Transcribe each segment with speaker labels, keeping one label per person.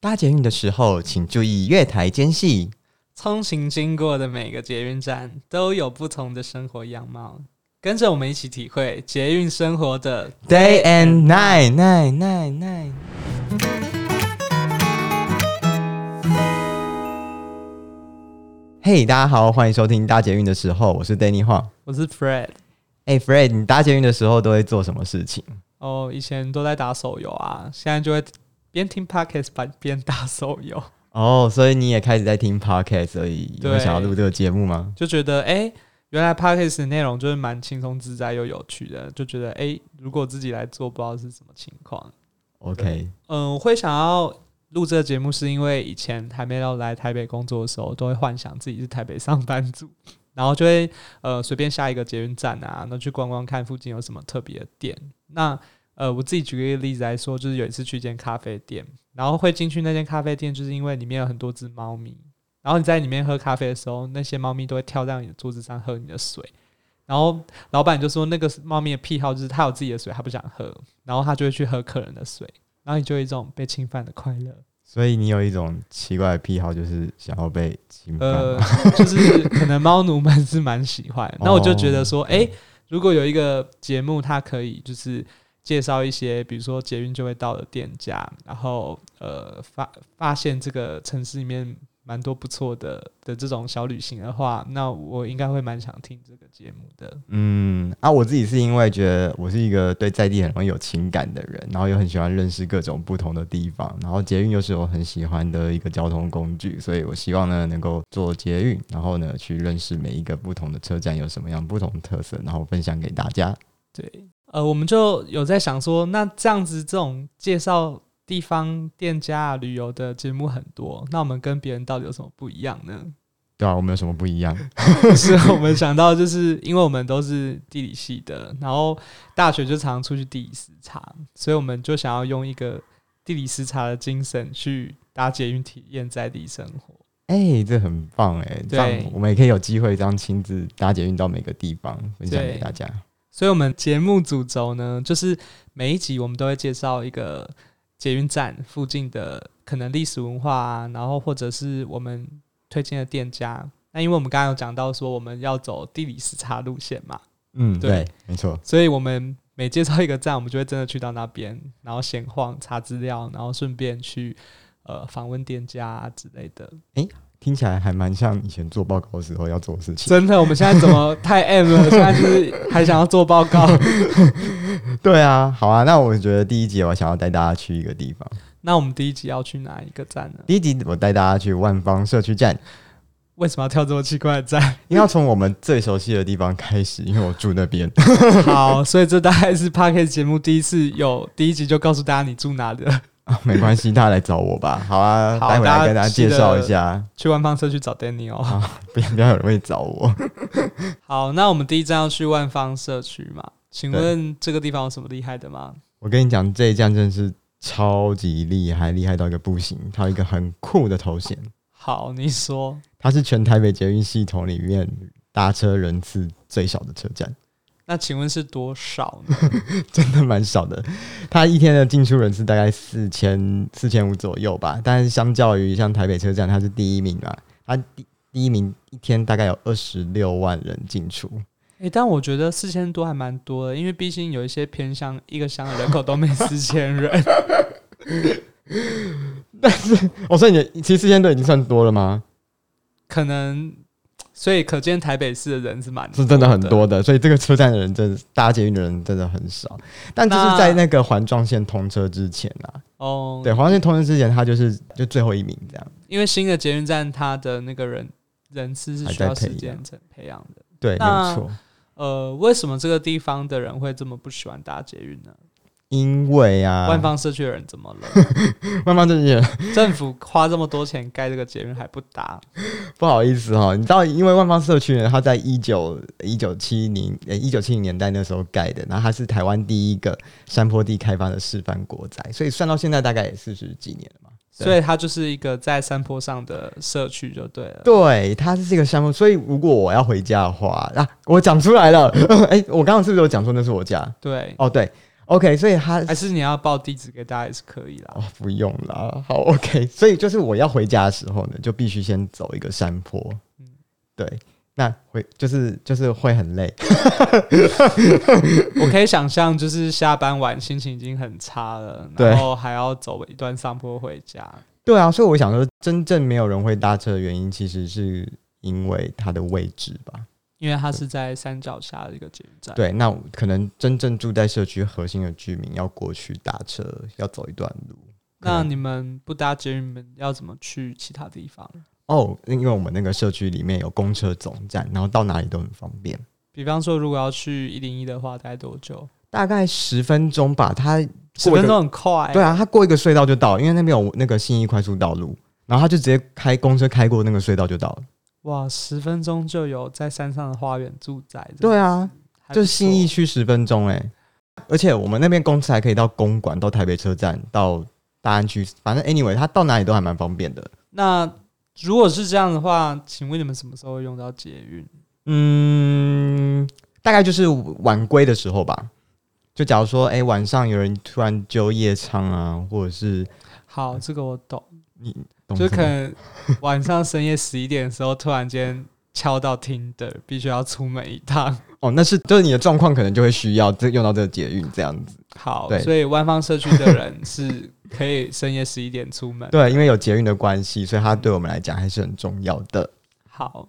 Speaker 1: 搭捷运的时候，请注意月台间隙。
Speaker 2: 通行经过的每个捷运站都有不同的生活样貌，跟着我们一起体会捷运生活的
Speaker 1: Day and night, night, night, night。嘿，大家好，欢迎收听搭捷运的时候，我是 Danny 晃。
Speaker 2: 我是 Fred。
Speaker 1: 哎、f r e d 你搭捷运的时候都会做什么事情？
Speaker 2: 哦，以前都在打手游啊，现在就会边听 podcast 把边打手游，
Speaker 1: 哦、所以你也开始在听 podcast 而已，有
Speaker 2: 对
Speaker 1: 想要录这个节目吗？
Speaker 2: 就觉得哎、诶原来 podcast 的内容就是蛮轻松自在又有趣的，就觉得哎、诶如果自己来做，不知道是什么情况。
Speaker 1: OK，
Speaker 2: 嗯，我会想要录这个节目，是因为以前还没有来台北工作的时候，都会幻想自己是台北上班族，然后就会呃随便下一个捷运站啊，那去逛逛看附近有什么特别的店。那呃，我自己举个例子来说，就是有一次去一间咖啡店，然后会进去那间咖啡店，就是因为里面有很多只猫咪，然后你在里面喝咖啡的时候，那些猫咪都会跳到你的桌子上喝你的水。然后老板就说，那个猫咪的癖好就是它有自己的水，它不想喝，然后它就会去喝客人的水。然后你就有一种被侵犯的快乐。
Speaker 1: 所以你有一种奇怪的癖好，就是想要被侵犯吗。
Speaker 2: 呃， 哦就是可能猫奴们是蛮喜欢。那我就觉得说，诶，如果有一个节目，它可以就是介绍一些，比如说捷运就会到的店家，然后呃发发现这个城市里面蛮多不错的的这种小旅行的话，那我应该会蛮想听这个节目的。
Speaker 1: 嗯啊，我自己是因为觉得我是一个对在地很容易有情感的人，然后又很喜欢认识各种不同的地方，然后捷运又是我很喜欢的一个交通工具，所以我希望呢能够坐捷运，然后呢去认识每一个不同的车站有什么样不同的特色，然后分享给大家。
Speaker 2: 对，呃，我们就有在想说，那这样子这种介绍地方店家啊、旅游的节目很多，那我们跟别人到底有什么不一样呢？
Speaker 1: 对啊，我们有什么不一样？
Speaker 2: 是 我们想到，就是因为我们都是地理系的，然后大学就常出去地理时差，所以我们就想要用一个地理时差的精神去搭捷运体验在地生活。
Speaker 1: 哎、这很棒哎、这
Speaker 2: 对
Speaker 1: 样我们也可以有机会这样亲自搭捷运到每个地方，分享
Speaker 2: 对
Speaker 1: 给大家。
Speaker 2: 所以，我们节目主轴呢，就是每一集我们都会介绍一个捷运站附近的可能历史文化啊，然后或者是我们推荐的店家。那因为我们刚刚有讲到说我们要走地理时差路线嘛，
Speaker 1: 嗯，
Speaker 2: 对
Speaker 1: 对，没错。
Speaker 2: 所以我们每介绍一个站，我们就会真的去到那边，然后闲晃、查资料，然后顺便去呃访问店家、啊、之类的。
Speaker 1: 听起来还蛮像以前做报告的时候要做的事情。
Speaker 2: 真的，我们现在怎 么太 M 了？现在就是还想要做报告。
Speaker 1: 对啊，好啊，那我觉得第一集我想要带大家去一个地方。
Speaker 2: 那我们第一集要去哪一个站呢？
Speaker 1: 第一集我带大家去万方社区站，
Speaker 2: 为什么要跳这么奇怪的站？
Speaker 1: 因为要从我们最熟悉的地方开始，因为我住那边。
Speaker 2: 好，所以这大概是 Podcast 节目第一次有第一集就告诉大家你住哪的，
Speaker 1: 没关系，大家来找我吧。好啊，
Speaker 2: 好
Speaker 1: 待会来跟大家
Speaker 2: 大家
Speaker 1: 介
Speaker 2: 记得
Speaker 1: 绍一下，
Speaker 2: 去万方社区找 Danny 哦。
Speaker 1: 不要不要有人会找我。
Speaker 2: 好，那我们第一站要去万方社区嘛？请
Speaker 1: 对
Speaker 2: 问这个地方有什么厉害的吗？
Speaker 1: 我跟你讲，这一站真的是超级厉害，厉害到一个不行。它有一个很酷的头衔，
Speaker 2: 好，你说。
Speaker 1: 它是全台北捷运系统里面搭车人次最少的车站。
Speaker 2: 那请问是多少 呢？
Speaker 1: 真的蛮少的。它一天的进出人次大概四千四千五左右吧，但是相较于像台北车站，它是第一名嘛，它第第一名一天大概有二十六万人进出。
Speaker 2: 诶、但我觉得四千多还蛮多的，因为毕竟有一些偏乡，一个乡的人口都没四 千人。
Speaker 1: 哦，所以你其实四千多已经算多了吗？
Speaker 2: 可能，所以可见台北市的人是蛮
Speaker 1: 是真的很
Speaker 2: 的。
Speaker 1: 多的，所以这个车站的人真的搭捷运的人真的很少。但就是在那个环状线通车之前啊，
Speaker 2: 哦，
Speaker 1: 对，环状线通车之前，它就是就最后一名这样。
Speaker 2: 因为新的捷运站，它的那个人人次是
Speaker 1: 还
Speaker 2: 需
Speaker 1: 在
Speaker 2: 要
Speaker 1: 培
Speaker 2: 时间
Speaker 1: 养
Speaker 2: 成培养的。
Speaker 1: 对，
Speaker 2: 那
Speaker 1: 没错。
Speaker 2: 呃，为什么这个地方的人会这么不喜欢搭捷运呢？
Speaker 1: 因为啊，
Speaker 2: 万方社区的人 怎么了？
Speaker 1: 万方这些
Speaker 2: 政府花这么多钱盖这个捷运还不搭？
Speaker 1: 不好意思哈、你知道，因为万方社区呢，它在一九一九七零呃一九七零年代那时候盖的，然后它是台湾第一个山坡地开发的示范国宅，所以算到现在大概也四十几年了嘛。对
Speaker 2: 所以它就是一个在山坡上的社区就对了。
Speaker 1: 对，它是这个山坡，所以如果我要 回家的话啊，我讲出来了，哎、我刚刚是不是有讲说那是我家？
Speaker 2: 对，
Speaker 1: 哦，对。 OK，所以他
Speaker 2: 还是你要报地址给大家也是可以啦。
Speaker 1: 哦，不用啦，好 OK。所以就是我要回家的时候呢，就必须先走一个山坡，嗯，对，那会就是就是会很累，
Speaker 2: 我可以想象，就是下班晚心情已经很差了，
Speaker 1: 对
Speaker 2: 然后还要走一段上坡回家。
Speaker 1: 对啊，所以我想说，真正没有人会搭车的原因，其实是因为它的位置吧。
Speaker 2: 因为它是在山脚下的一个捷运站，
Speaker 1: 对，那可能真正住在社区核心的居民要过去搭车，要走一段路。
Speaker 2: 那你们不搭捷运，你们要怎么去其他地方？
Speaker 1: 哦，因为我们那个社区里面有公车总站，然后到哪里都很方便，
Speaker 2: 比方说，如果要去一零一的话，大概多久？
Speaker 1: 大概十分钟吧。它
Speaker 2: 十
Speaker 1: 过一
Speaker 2: 分
Speaker 1: 个
Speaker 2: 钟很快、
Speaker 1: 对，啊，它过一个隧道就到，因为那边有那个信义快速道路，然后他就直接开公车开过那个隧道就到了。
Speaker 2: 哇，十分钟就有在山上的花园住宅。
Speaker 1: 对，啊，
Speaker 2: 还不
Speaker 1: 就
Speaker 2: 错
Speaker 1: 是信义区十分钟哎、而且我们那边公司还可以到公馆、到台北车站、到大安区，反正 anyway，它到哪里都还蛮方便的。
Speaker 2: 那如果是这样的话，请问你们什么时候会用到捷运？
Speaker 1: 嗯，大概就是晚归的时候吧。就假如说，哎、晚上有人突然揪夜唱啊，或者是
Speaker 2: 好，这个我懂，
Speaker 1: 你懂
Speaker 2: 就
Speaker 1: 什
Speaker 2: 可
Speaker 1: 么
Speaker 2: 能晚上深夜十一点的时候，突然间敲到 Tinder，必须要出门一趟。
Speaker 1: 哦，那是就是你的状况可能就会需要这用到这个捷运这样子。
Speaker 2: 好，
Speaker 1: 对
Speaker 2: 所以湾方社区的人是可以深夜十一点出门。
Speaker 1: 对，因为有捷运的关系，所以它对我们来讲还是很重要的。
Speaker 2: 好，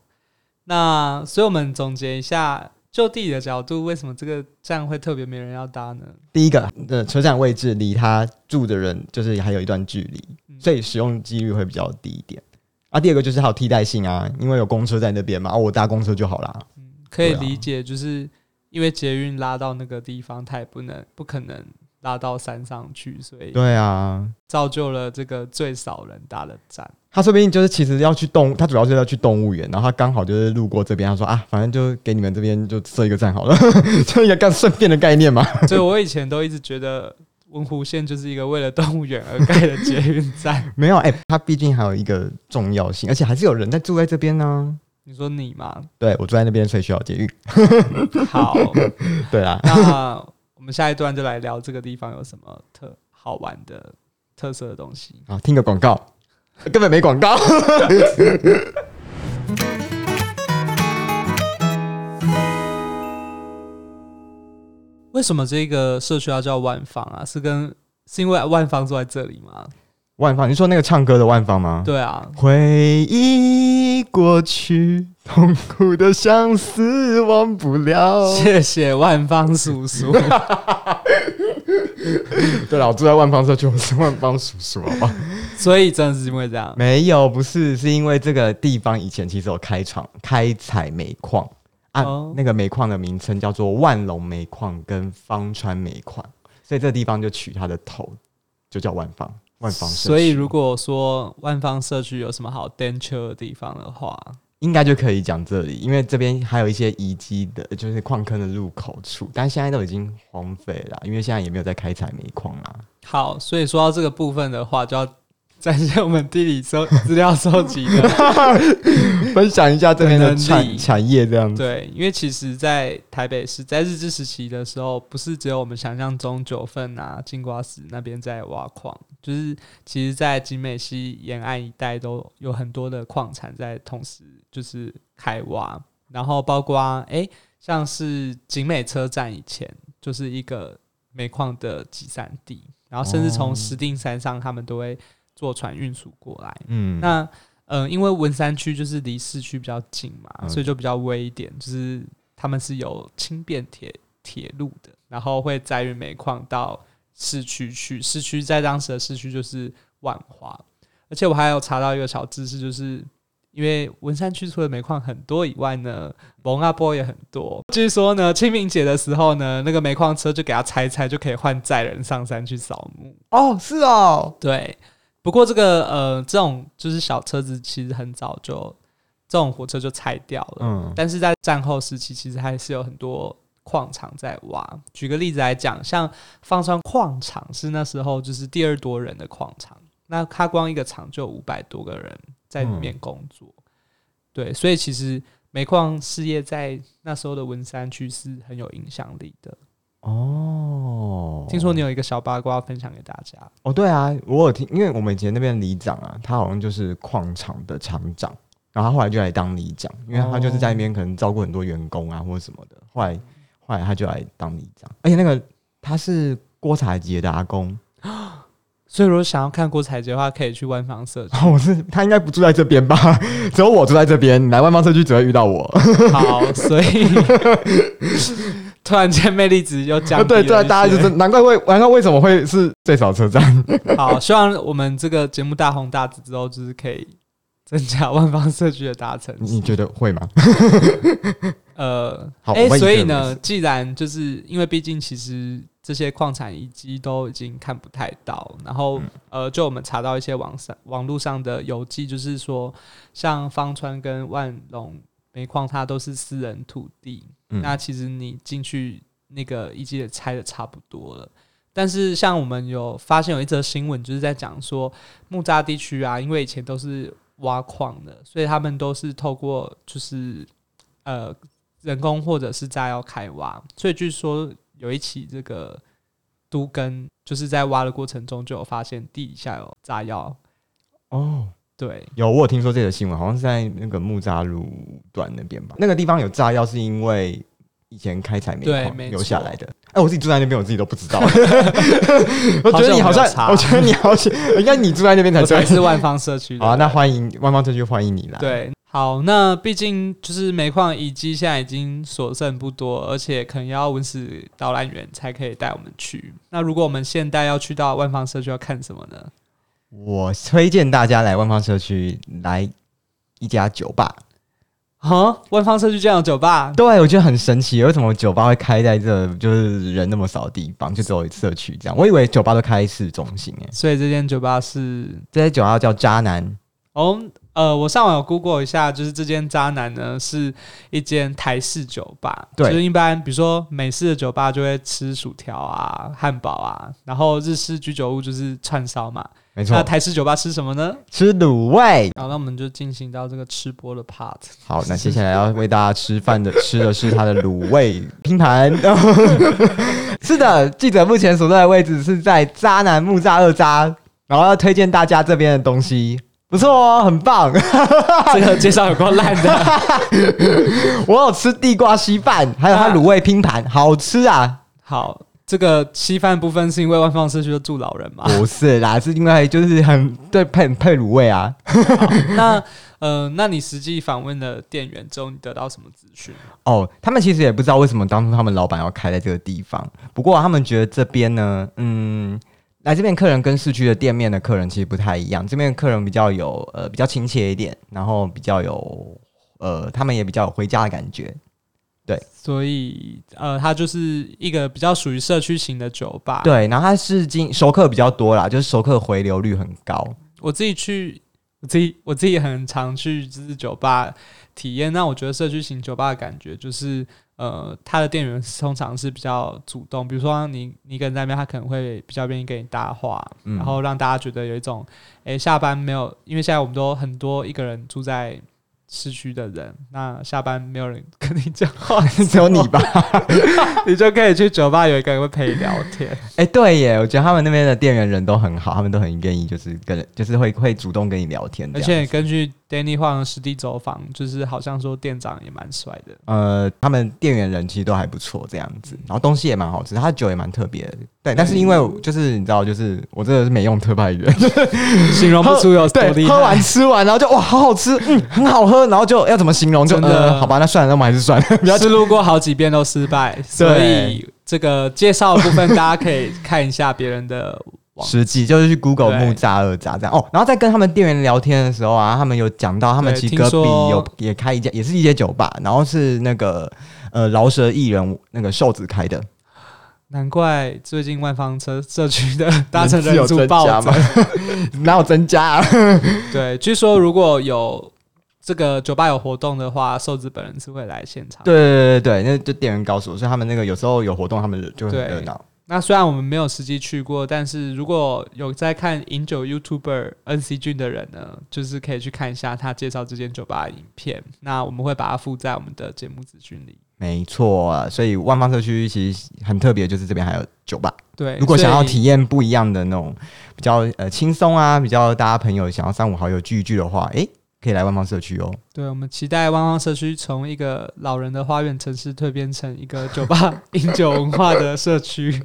Speaker 2: 那所以我们总结一下，就地理的角度，为什么这个站会特别没人要搭呢？
Speaker 1: 第一个的车站位置离他住的人就是还有一段距离，
Speaker 2: 嗯
Speaker 1: 所以使用几率会比较低一点。啊，第二个就是还有替代性啊，因为有公车在那边嘛，啊、我搭公车就好啦。
Speaker 2: 嗯可以
Speaker 1: 对啊
Speaker 2: 理解，就是因为捷运拉到那个地方，它也不能不可能拉到山上去，所以
Speaker 1: 对啊，
Speaker 2: 造就了这个最少人搭的站。
Speaker 1: 他说不定就是其实要去动物，他主要是要去动物园，然后他刚好就是路过这边，他说啊，反正就给你们这边就设一个站好了， 就一个干顺便的概念嘛。
Speaker 2: 所以我以前都一直觉得文湖线就是一个为了动物园而盖的捷运站。
Speaker 1: 没有，哎、他毕竟还有一个重要性，而且还是有人在住在这边呢、
Speaker 2: 你说你吗？
Speaker 1: 对我住在那边，所以需要捷运。
Speaker 2: 好，
Speaker 1: 对啊啦，
Speaker 2: 那我们下一段就来聊这个地方有什么特好玩的特色的东西。
Speaker 1: 好，听个广告，根本没广告。
Speaker 2: 为什么这个社区要叫万方啊？是跟是因为万方住在这里吗？
Speaker 1: 万芳，你说那个唱歌的万芳吗？
Speaker 2: 对啊，
Speaker 1: 回忆过去，痛苦的相思忘不了。
Speaker 2: 谢谢万方叔叔。
Speaker 1: 对了，我住在万芳社区，我是万芳叔叔，好吧？
Speaker 2: 所以真的是因为这样，
Speaker 1: 没有，不是，是因为这个地方以前其实有开厂开采煤矿啊，
Speaker 2: 哦
Speaker 1: 那个煤矿的名称叫做万隆煤矿跟芳川煤矿，所以这地方就取它的头，就叫万芳万芳社区。
Speaker 2: 所以如果说万方社区有什么好 danger 的地方的话，
Speaker 1: 应该就可以讲这里，因为这边还有一些遗迹的，就是矿坑的入口处，但现在都已经荒废了啦，因为现在也没有在开采煤矿啊啦。
Speaker 2: 好，所以说到这个部分的话，就要 展现我们地理收资料收集的。
Speaker 1: 分享一下这边的
Speaker 2: 能力
Speaker 1: 产产业这样子，
Speaker 2: 对，因为其实，在台北市，在日治时期的时候，不是只有我们想象中九份啊、金瓜石那边在挖矿，就是其实，在景美溪沿岸一带都有很多的矿产在同时就是开挖，然后包括诶，像是景美车站以前就是一个煤矿的集散地，然后甚至从
Speaker 1: 哦
Speaker 2: 石定山上，他们都会坐船运输过来。
Speaker 1: 嗯，
Speaker 2: 那呃，因为文山区就是离市区比较近嘛，
Speaker 1: 嗯
Speaker 2: 所以就比较危一点，就是他们是有轻便铁铁路的，然后会载运煤矿到市区去。市区在当时的市区就是万华，而且我还有查到一个小知识，就是。因为文山区除了煤矿很多以外呢，蒙阿波也很多。据说呢，清明节的时候呢，那个煤矿车就给它拆拆，就可以换载人上山去扫墓。
Speaker 1: 哦是哦，
Speaker 2: 对，不过这个呃，这种就是小车子，其实很早就这种火车就拆掉了。
Speaker 1: 嗯
Speaker 2: 但是在战后时期，其实还是有很多矿场在挖。举个例子来讲，像放川矿场是那时候就是第二多人的矿场，那它光一个厂就五百多个人在里面工作。对，所以其实煤矿事业在那时候的文山区是很有影响力的。
Speaker 1: 哦，
Speaker 2: 听说你有一个小八卦分享给大家，
Speaker 1: 哦，对啊，我有听，因为我们以前那边里长啊，他好像就是矿场的厂长，然后他后来就来当里长，因为他就是在那
Speaker 2: 哦
Speaker 1: 边可能照顾很多员工啊或者什么的，后来后来他就来当里长，而且那个他是郭采洁的阿公，
Speaker 2: 所以如果想要看郭采洁的话，可以去万方社 区。
Speaker 1: 然后我是他应该不住在这边吧， 只有我住在这边，你来万方社区只会遇到我，
Speaker 2: 好，所以突然间魅力值又降低 了
Speaker 1: 对
Speaker 2: 一些。
Speaker 1: 对啊，大家就是难怪会难怪为什么会是最少车站，
Speaker 2: 好，希望我们这个节目大红大紫之后，就是可以增加万方社区的达成。
Speaker 1: 你你觉得会吗？
Speaker 2: 呃，
Speaker 1: 好
Speaker 2: 哎、
Speaker 1: 我问一
Speaker 2: 所以
Speaker 1: 个
Speaker 2: 呢
Speaker 1: 问，
Speaker 2: 既然就是因为毕竟其实这些矿产遗迹都已经看不太到，然后、
Speaker 1: 嗯
Speaker 2: 呃，就我们查到一些网上网络上的游记，就是说像芳川跟万隆煤矿，它都是私人土地，
Speaker 1: 嗯
Speaker 2: 那其实你进去那个遗迹也拆的差不多了。但是，像我们有发现有一则新闻，就是在讲说木栅地区啊，因为以前都是挖矿的，所以他们都是透过就是呃人工或者是炸药开挖，所以据说有一起这个都跟就是在挖的过程中就有发现地底下有炸药，
Speaker 1: 哦。
Speaker 2: 对，
Speaker 1: 有，我有听说这个新闻，好像是在那个木栅路段那边吧。那个地方有炸药，是因为以前开采煤
Speaker 2: 对
Speaker 1: 矿
Speaker 2: 没
Speaker 1: 留下
Speaker 2: 错
Speaker 1: 来的。哎、我自己住在那边，我自己都不知道。 我觉得你好像
Speaker 2: 好像我没有，查
Speaker 1: 我觉得你好像，应该你住在那边才
Speaker 2: 我才
Speaker 1: 对。
Speaker 2: 是万方社区 的
Speaker 1: 好、啊，那欢迎万方社区欢迎你来。，
Speaker 2: 对，好，那毕竟就是煤矿遗迹现在已经所剩不多，而且可能要文史导览员才可以带我们去。那如果我们现在要去到万方社区要看什么呢？
Speaker 1: 我推荐大家来万方社区来一家酒吧。
Speaker 2: 啊，万方社区这样有酒吧，
Speaker 1: 对，我觉得很神奇，为什么酒吧会开在这就是人那么少的地方，就只有社区这样？我以为酒吧都开市中心诶、
Speaker 2: 所以这间酒吧是
Speaker 1: 这些酒吧叫渣男。
Speaker 2: 哦，呃，我上网有 Google 一下，就是这间渣男呢是一间台式酒吧，
Speaker 1: 对
Speaker 2: 就是一般比如说美式的酒吧就会吃薯条啊、汉堡啊，然后日式居酒屋就是串烧嘛，
Speaker 1: 没错
Speaker 2: 那，台式酒吧吃什么呢？
Speaker 1: 吃卤味。
Speaker 2: 好，那我们就进行到这个吃播的 part。
Speaker 1: 好，那接下来要为大家吃饭的吃的是它的卤味拼盘。 是的，记者目前所在的位置是在渣男木栅二渣，然后要推荐大家这边的东西，不错哦，很棒。
Speaker 2: 这个介绍有够烂的，
Speaker 1: 我有吃地瓜稀饭，还有它卤味拼盘，好吃啊！
Speaker 2: 好。这个稀饭部分是因为万方社区的住老人嘛？
Speaker 1: 不是啦，是因为就是很对配配卤味啊。
Speaker 2: 那呃，那你实际访问了店员之后，你得到什么资讯？
Speaker 1: 哦，他们其实也不知道为什么当初他们老板要开在这个地方，不过他们觉得这边呢，嗯，来这边客人跟市区的店面的客人其实不太一样，这边的客人比较有呃比较亲切一点，然后比较有呃他们也比较有回家的感觉，
Speaker 2: 所以呃，它就是一个比较属于社区型的酒吧。，
Speaker 1: 对，然后他是经熟客比较多啦，就是熟客回流率很高，
Speaker 2: 我自己去，我自己我自己很常去就是酒吧体验。那我觉得社区型酒吧的感觉就是。呃，他的店员通常是比较主动，比如说你你一个人在那边，他可能会比较愿意跟你搭话，
Speaker 1: 嗯，
Speaker 2: 然后让大家觉得有一种，诶，下班没有，因为现在我们都很多一个人住在市区的人，那下班没有人跟你讲 话，
Speaker 1: 只有你吧。
Speaker 2: 你就可以去酒吧有一个人会陪你聊天。
Speaker 1: 哎、对耶，我觉得他们那边的店员人都很好，他们都很愿意就是跟人就是会会主动跟你聊天这
Speaker 2: 而
Speaker 1: 样，
Speaker 2: 且根据 Danny 晃的实地走访，就是好像说店长也蛮帅 的。
Speaker 1: 呃，他们店员人其实都还不错，这样子，然后东西也蛮好吃，他的酒也蛮特别的。对，但是因为我就是你知道，就是我真的是没用特派 员，
Speaker 2: 形容不出有多
Speaker 1: 对，
Speaker 2: 厉
Speaker 1: 喝
Speaker 2: 害。
Speaker 1: 完吃完，然后就哇，好好吃，嗯，很好喝，然后就要怎么形容？就
Speaker 2: 真的
Speaker 1: 呃，好吧，那算了，那我们还是算 了，不要
Speaker 2: 试录过好几遍都失败，所以这个介绍的部分大家可以看一下别人的网。
Speaker 1: 实际就是去 Google
Speaker 2: 对
Speaker 1: 木栅二闸这样哦，然后再跟他们店员聊天的时候啊，他们有讲到他们
Speaker 2: 对
Speaker 1: 其实
Speaker 2: 听
Speaker 1: 隔壁
Speaker 2: 说
Speaker 1: 有也开一家，也是一间酒吧，然后是那个呃饶舌艺人那个瘦子 开的，
Speaker 2: 难怪最近万方车社区 的搭乘
Speaker 1: 有
Speaker 2: 人数
Speaker 1: 增
Speaker 2: 暴
Speaker 1: 加
Speaker 2: 增
Speaker 1: 吗。？哪有增加、啊？
Speaker 2: 对，据说如果有这个酒吧有活动的话，瘦子本人是会来现场。，
Speaker 1: 对对对对，那就店员告诉我，所以他们那个有时候有活动，他们就很
Speaker 2: 对
Speaker 1: 热闹。
Speaker 2: 那虽然我们没有实际去过，但是如果有在看饮酒 YouTuber NC 俊的人呢，就是可以去看一下他介绍这间酒吧的影片。那我们会把它附在我们的节目资讯里。
Speaker 1: 没错啊，所以万方社区其实很特别，就是这边还有酒吧。
Speaker 2: 对，
Speaker 1: 如果想要
Speaker 2: 所以
Speaker 1: 体验不一样的那种比较呃轻松啊，比较大家朋友想要三五好友聚一聚的话，诶，可以来万方社区哦。
Speaker 2: 对，我们期待汪汪社区从一个老人的花园城市蜕变成一个酒吧 饮酒文化的社 区，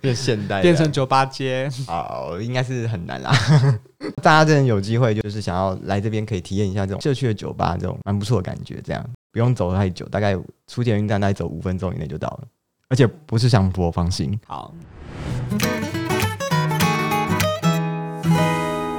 Speaker 1: 变现代
Speaker 2: 变成酒吧街。
Speaker 1: 好，应该是很难啦。 大家真的有机会，就是想要来这边可以体验一下这种社区的酒吧，这种蛮不错的感觉。这样不用走太久，大概出捷运站大概走五分钟以内就到了，而且不是上坡，放心。
Speaker 2: 好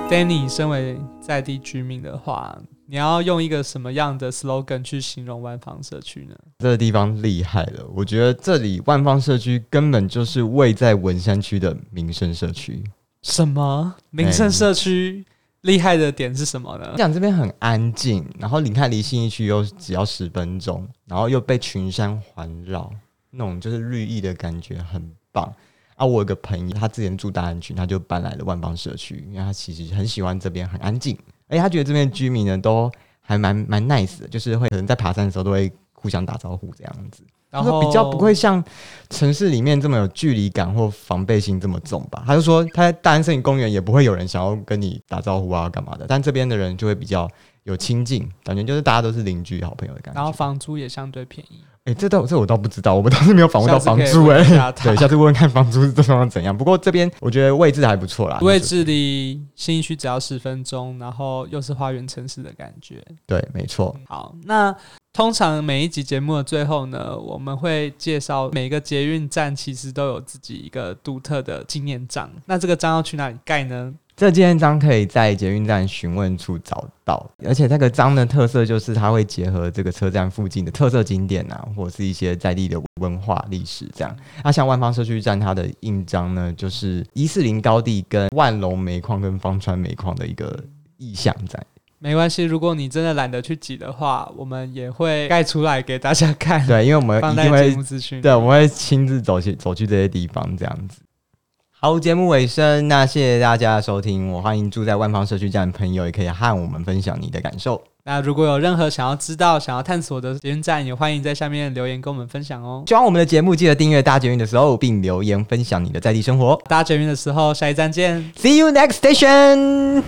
Speaker 2: ，Danny，身为在地居民的话，你要用一个什么样的 slogan 去形容万方社区呢？
Speaker 1: 这个地方厉害了，我觉得这里万方社区根本就是位在文山区的民生社区。
Speaker 2: 什么民生社区厉害的点是什么呢？
Speaker 1: 讲这边很安静，然后你看离信义区又只要十分钟，然后又被群山环绕，那种就是绿意的感觉很棒。啊，我有个朋友，他之前住大安区，他就搬来了万邦社区，因为他其实很喜欢这边很安静，而且他觉得这边的居民呢都还蛮蛮 nice 的，就是会可能在爬山的时候都会互相打招呼这样子，
Speaker 2: 然
Speaker 1: 他说
Speaker 2: 后
Speaker 1: 比较不会像城市里面这么有距离感或防备心这么重吧。他就说他在大安森林公园也不会有人想要跟你打招呼啊干嘛的，但这边的人就会比较有亲近，感觉就是大家都是邻居好朋友的感觉。
Speaker 2: 然后房租也相对便宜。
Speaker 1: 哎、这倒这我倒不知道，我们倒是没有访问到
Speaker 2: 下次
Speaker 1: 房
Speaker 2: 可以啊
Speaker 1: 租哎、
Speaker 2: 问一下他
Speaker 1: 对，下次问问看房租是这方怎样。不过这边我觉得位置还不错啦，
Speaker 2: 位置离新一区只要十分钟，然后又是花园城市的感觉。
Speaker 1: 对，没错。
Speaker 2: 好，那通常每一集节目的最后呢，我们会介绍每个捷运站其实都有自己一个独特的纪念章。那这个章要去哪里盖呢？
Speaker 1: 这纪念章可以在捷运站询问处找到，而且这个章的特色就是它会结合这个车站附近的特色景点啊，或者是一些在地的文化历史这样。那、像万方社区站，它的印章呢，就是一四零高地跟万隆煤矿跟芳川煤矿的一个意象在。
Speaker 2: 没关系，如果你真的懒得去挤的话，我们也会盖出来给大家看，
Speaker 1: 对，因为我们
Speaker 2: 放
Speaker 1: 一
Speaker 2: 在
Speaker 1: 定
Speaker 2: 节
Speaker 1: 会
Speaker 2: 目资讯。
Speaker 1: 对，我们会亲自走去走去这些地方，这样子。好，节目尾声，那谢谢大家的收听。我欢迎住在万方社区站的朋友，也可以和我们分享你的感受。
Speaker 2: 那如果有任何想要知道、想要探索的捷运站，也欢迎在下面留言跟我们分享哦。
Speaker 1: 喜欢我们的节目，记得订阅大捷运的时候，并留言分享你的在地生活。
Speaker 2: 搭捷运的时候，下一站见。
Speaker 1: See you next station。